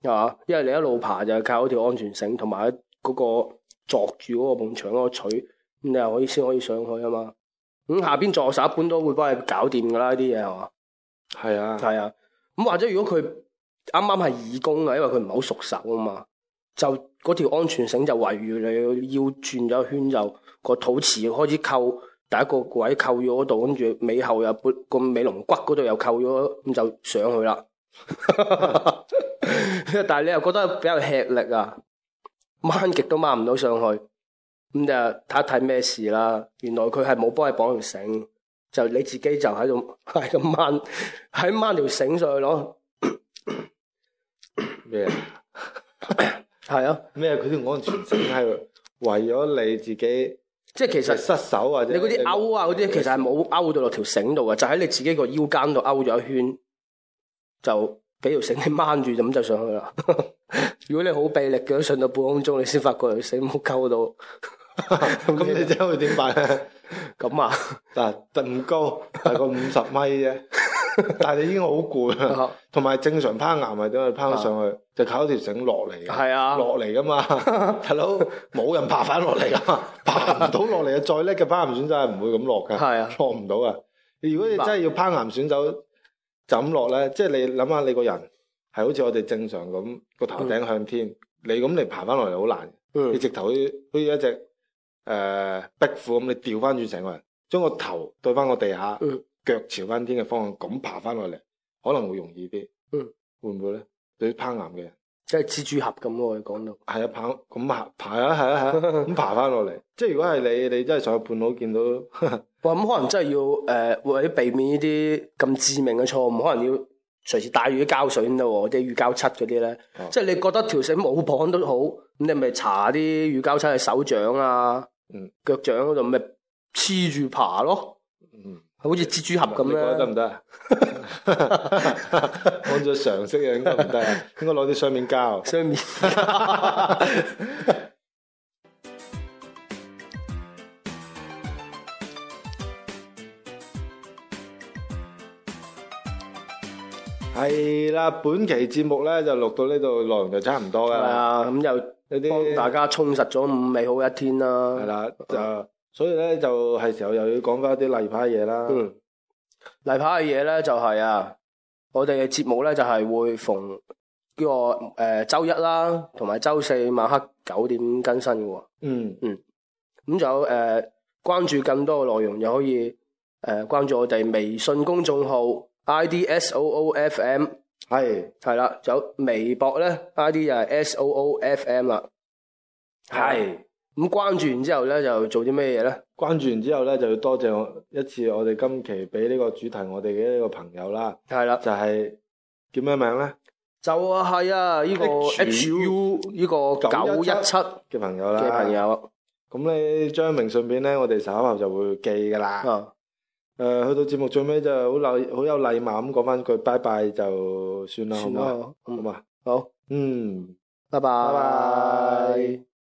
E: 係嘛？因為你一路爬就係靠嗰條安全繩同埋嗰個鑿住嗰個埲牆嗰個錘，咁你又可以先可以上去啊嘛。咁下邊助手一般都會幫你搞掂噶啦，呢啲嘢係嘛？
F: 係啊，
E: 係啊，咁或者如果佢啱啱係義工啊，因為佢唔係好熟手啊嘛，就嗰條安全繩就圍住你腰轉咗一圈就個肚臍開始扣第一個位扣咗嗰度，跟住尾後又撥個尾龍骨嗰度又扣咗，咁就上去啦。 但係你又覺得比較吃力啊，掹極都掹唔到上去，咁就睇一睇咩事啦。原來佢係冇幫你綁條繩，就你自己就喺度 喺度掹，喺掹條繩上去咯。
F: 咩啊
E: 係啊，
F: 咩啊？佢條安全繩係為咗你自己
E: 即係其實
F: 失手或者
E: 你嗰啲勾啊嗰啲，其實係冇勾到落條繩度嘅，就喺你自己個腰間度勾咗一圈，就俾條繩你掹住咁就上去啦。 如果你好臂力嘅，上到半空中你先發覺條繩冇溝到。
F: 咁你真會點辦咧？
E: 咁 啊，
F: 嗱，唔高，大概五十 米啫，但係你已經好攰啦。同埋正常攀岩咪都係攀得上去，就靠一條繩落嚟嘅。
E: 係啊，
F: 落嚟噶嘛， 大佬冇人爬翻落嚟噶嘛，爬唔到落嚟啊！再叻嘅攀岩選手係唔會咁落噶，
E: 係啊
F: 落唔到啊！如果你真係要攀岩選手就咁落咧，即係你諗下你個人係好似我哋正常咁個頭頂向天，你咁嚟爬翻落嚟好難，你
E: 嗯，
F: 直頭好似好似一隻誒、呃壁虎咁，你掉翻轉成個人，將個頭對翻個地下，
E: 嗯
F: 腳朝翻天嘅方向咁爬翻落嚟，可能會容易啲，
E: 嗯，
F: 會唔會咧？對於攀岩嘅人。
E: 即係蜘蛛俠咁喎，你講到。
F: 系啊，爬咁爬爬啊，係啊，係啊，咁爬翻落嚟。即係如果係你，你真係上去半路見到，
E: 哇，咁可能真係要誒、呃，為咗避免呢啲咁致命嘅錯誤，可能要隨時帶住啲膠水先得喎，啲乳膠漆嗰啲咧。
F: 哦
E: 即係你覺得條繩冇綁都好，咁你咪搽啲乳膠漆喺手掌啊、
F: 嗯
E: 腳掌嗰度，咪黐住爬咯，
F: 嗯，
E: 好似蜘蛛俠咁
F: 你覺得得
E: 咧。
F: 唔得啊？ 按照常識嘅應該 唔得啊，應該攞啲雙面膠。
E: 雙面
F: 係啦，本期節目咧就錄到呢度，內容就差唔多
E: 係
F: 噶啦。
E: 啊，咁又
F: 有
E: 幫
F: 啲
E: 大家充實咗五美好嘅一天啦。
F: 係啦，就所以咧就係時候又要講翻啲例牌嘢啦。
E: 嗯，例牌嘅嘢咧就係啊，我哋嘅節目咧就係會逢呢個誒週一啦，同埋週四晚黑九點更新嘅喎。
F: 嗯，
E: 咁就誒、呃、關注更多嘅內容，又可以誒、呃、關注我哋微信公眾號 I D S O O F M
F: 係
E: 係啦，仲有微博咧 I D 就係 S O O F M 啦。係咁關注完之後咧，就做啲咩嘢咧？
F: 關注完之後咧，就要多謝我一次我哋今期俾呢個主題我哋嘅一個朋友啦，
E: 係啦，
F: 就係叫咩名咧？
E: 就啊係啊，呢、個 H U 呢個九一七
F: 嘅朋友啦，
E: 嘅朋。友
F: 咁你張明信片咧，我哋稍後就會寄噶啦。誒、
E: 啊，
F: 去到節目最尾就好禮好有禮貌咁講翻句拜拜就算啦，好
E: 算
F: 唔好啊？
E: 啦，
F: 好
E: 嗯
F: 嘛，
E: 好，
F: 嗯。
E: 哦拜
F: 拜
E: 拜
F: 拜。